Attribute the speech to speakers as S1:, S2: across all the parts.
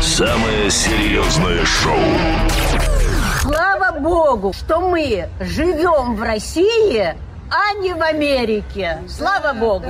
S1: Самое серьезное шоу.
S2: Слава богу, что мы живем в России, а не в Америке. Слава богу.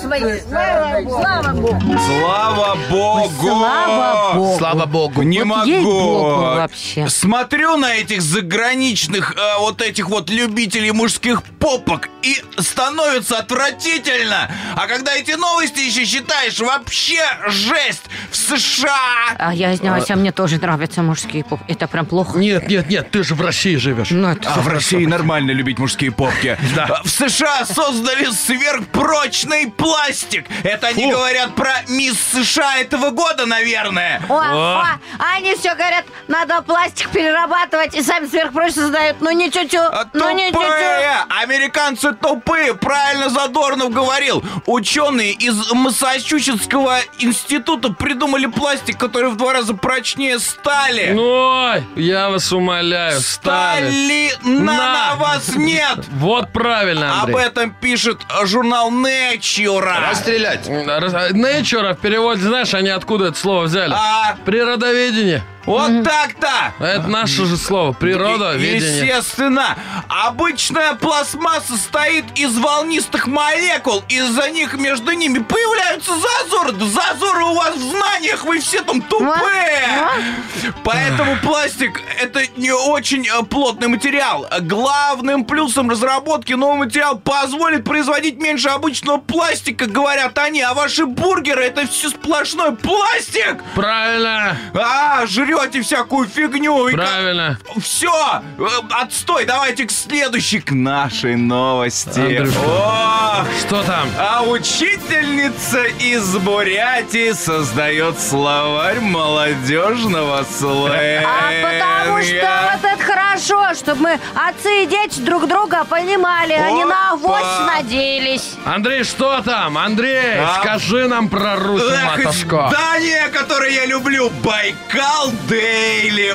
S2: Свои- Слава богу. Слава богу.
S3: Слава богу!
S4: Слава богу.
S5: Слава богу.
S3: Не
S4: Вот
S3: могу.
S4: ей богу вообще.
S3: Смотрю на этих заграничных, э, вот этих вот любителей мужских попок и становится отвратительно. А когда эти новости еще читаешь, вообще жесть в США.
S4: А я извиняюсь, а мне тоже нравятся мужские поп. Это прям плохо.
S5: Нет, нет, нет, ты же в России живешь.
S4: Ну, это
S3: А в России нормально любить мужские попки.
S5: Да.
S3: А В США создали сверхпрочный пластик. Это они
S5: Фу.
S3: говорят про мисс США этого года, наверное.
S4: О, а о, они все говорят, надо пластик перерабатывать, и сами сверхпроще задают. Ну не чуть
S3: А
S4: ну не чуть
S3: Тупые! Американцы тупые! Правильно Задорнов говорил. Ученые из Массачусетского института придумали пластик, который в два раза прочнее стали.
S6: Ну, Ой, я вас умоляю, стали.
S3: Сталина
S6: На.
S3: на вас нет!
S6: Вот правильно,
S3: А, Об
S6: Андрей.
S3: этом пишет журнал Nature.
S5: Расстрелять.
S6: Раз- э, Nature в переводе, знаешь, они откуда это слово взяли?
S3: А,
S6: Природоведение. А
S3: вот так-то!
S6: Это наше же слово. Природа,
S3: Е-
S6: Ну видение.
S3: Естественно. Обычная пластмасса состоит из волнистых молекул. Из-за них между ними появляются зазоры. Да зазоры у вас в знаниях, вы все там тупые. Поэтому пластик — это не очень э, плотный материал. Главным плюсом разработки новый материал позволит производить меньше обычного пластика, говорят они. А ваши бургеры — это все сплошной пластик.
S6: Правильно,
S3: А, жрете всякую фигню. И как-
S6: правильно.
S3: все! э, Отстой! Давайте к следующей, к нашей новости.
S6: Андрюша.
S3: Ох!
S6: Что там?
S3: А учительница из Бурятии создает словарь молодежного сленга.
S4: А потому что вот это хорошо, чтобы мы отцы и дети друг друга понимали, а не на
S3: Опа.
S4: авось надеялись.
S6: Андрей, что там? Андрей,
S3: А?
S6: скажи нам про Русу
S3: Эх,
S6: Матушко.
S3: издание, которое я люблю, Байкал Дейли.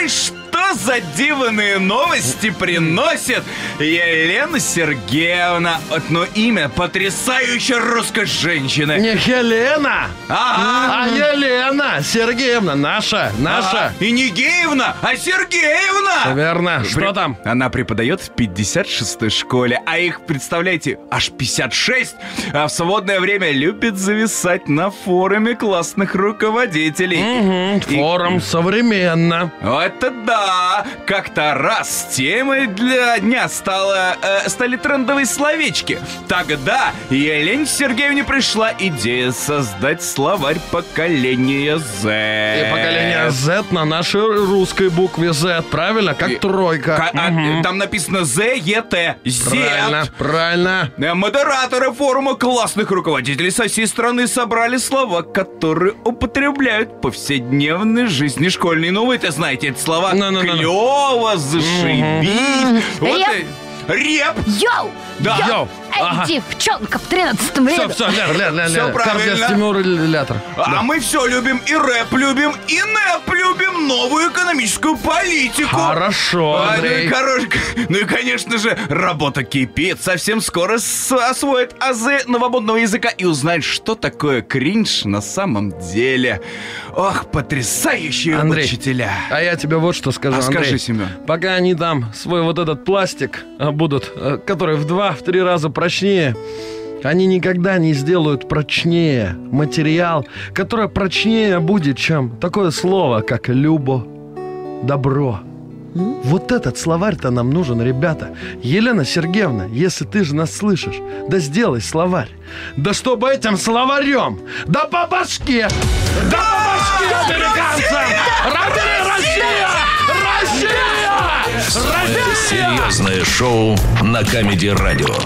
S3: Ой, что за дивные новости приносит Елена Сергеевна. Одно имя потрясающей русской женщины.
S6: Не Хелена,
S3: Ага.
S6: а Елена Сергеевна, наша, наша.
S3: И не Геевна, а Сергеевна!
S6: Верно.
S3: При-
S6: Что там?
S3: Она преподает в 56-й школе, а их, представляете, аж 56. А в свободное время любит зависать на форуме классных руководителей.
S6: Мгм, Форум современно.
S3: Это да! Как-то раз темой для дня стала, э, стали трендовые словечки. Тогда Елене Сергеевне пришла идея создать словарь поколения
S6: И
S3: Z. Э.
S6: поколение Z на нашей русской букве Z, правильно? Как
S3: Ка-
S6: тройка.
S3: а, э, Там написано Z, E, T.
S6: Правильно,
S3: Z.
S6: правильно.
S3: Э, Модераторы форума классных руководителей со всей страны собрали слова, которые употребляют в повседневной жизни школьной. Ну вы-то знаете эти слова.
S6: На-на-на-на.
S3: Клево, зашибись. Вот
S4: Реп.
S3: и- Реп.
S4: Йоу!
S3: Да.
S6: Йоу.
S4: Эй,
S6: Ага.
S4: девчонка в 13 лет.
S6: Все, все, Лер, Лер, Лер,
S3: Всё
S6: Лер. Кардиас
S3: правильно.
S6: стимулятор.
S3: А мы все любим и рэп любим, и нэп любим, новую экономическую политику.
S6: Хорошо,
S3: А, ну, и,
S6: Андрей.
S3: короче, ну и, конечно же, работа кипит. Совсем скоро с- освоит азы новомодного языка и узнает, что такое кринж на самом деле. Ох, потрясающие
S6: Андрей,
S3: учителя.
S6: А я тебе вот что скажу,
S3: А
S6: Андрей.
S3: скажи, Семен.
S6: Пока они там свой вот этот пластик э, будут, э, который в два, в три раза прочнее, они никогда не сделают прочнее материал, который прочнее будет, чем такое слово, как «любо», «добро». Вот этот словарь-то нам нужен, ребята. Елена Сергеевна, если ты же нас слышишь, да сделай словарь. Да чтобы этим словарем, да по башке, да по башке американцам! Россия! Россия! Россия! Россия!
S1: Самое серьезное шоу на Камеди Радио.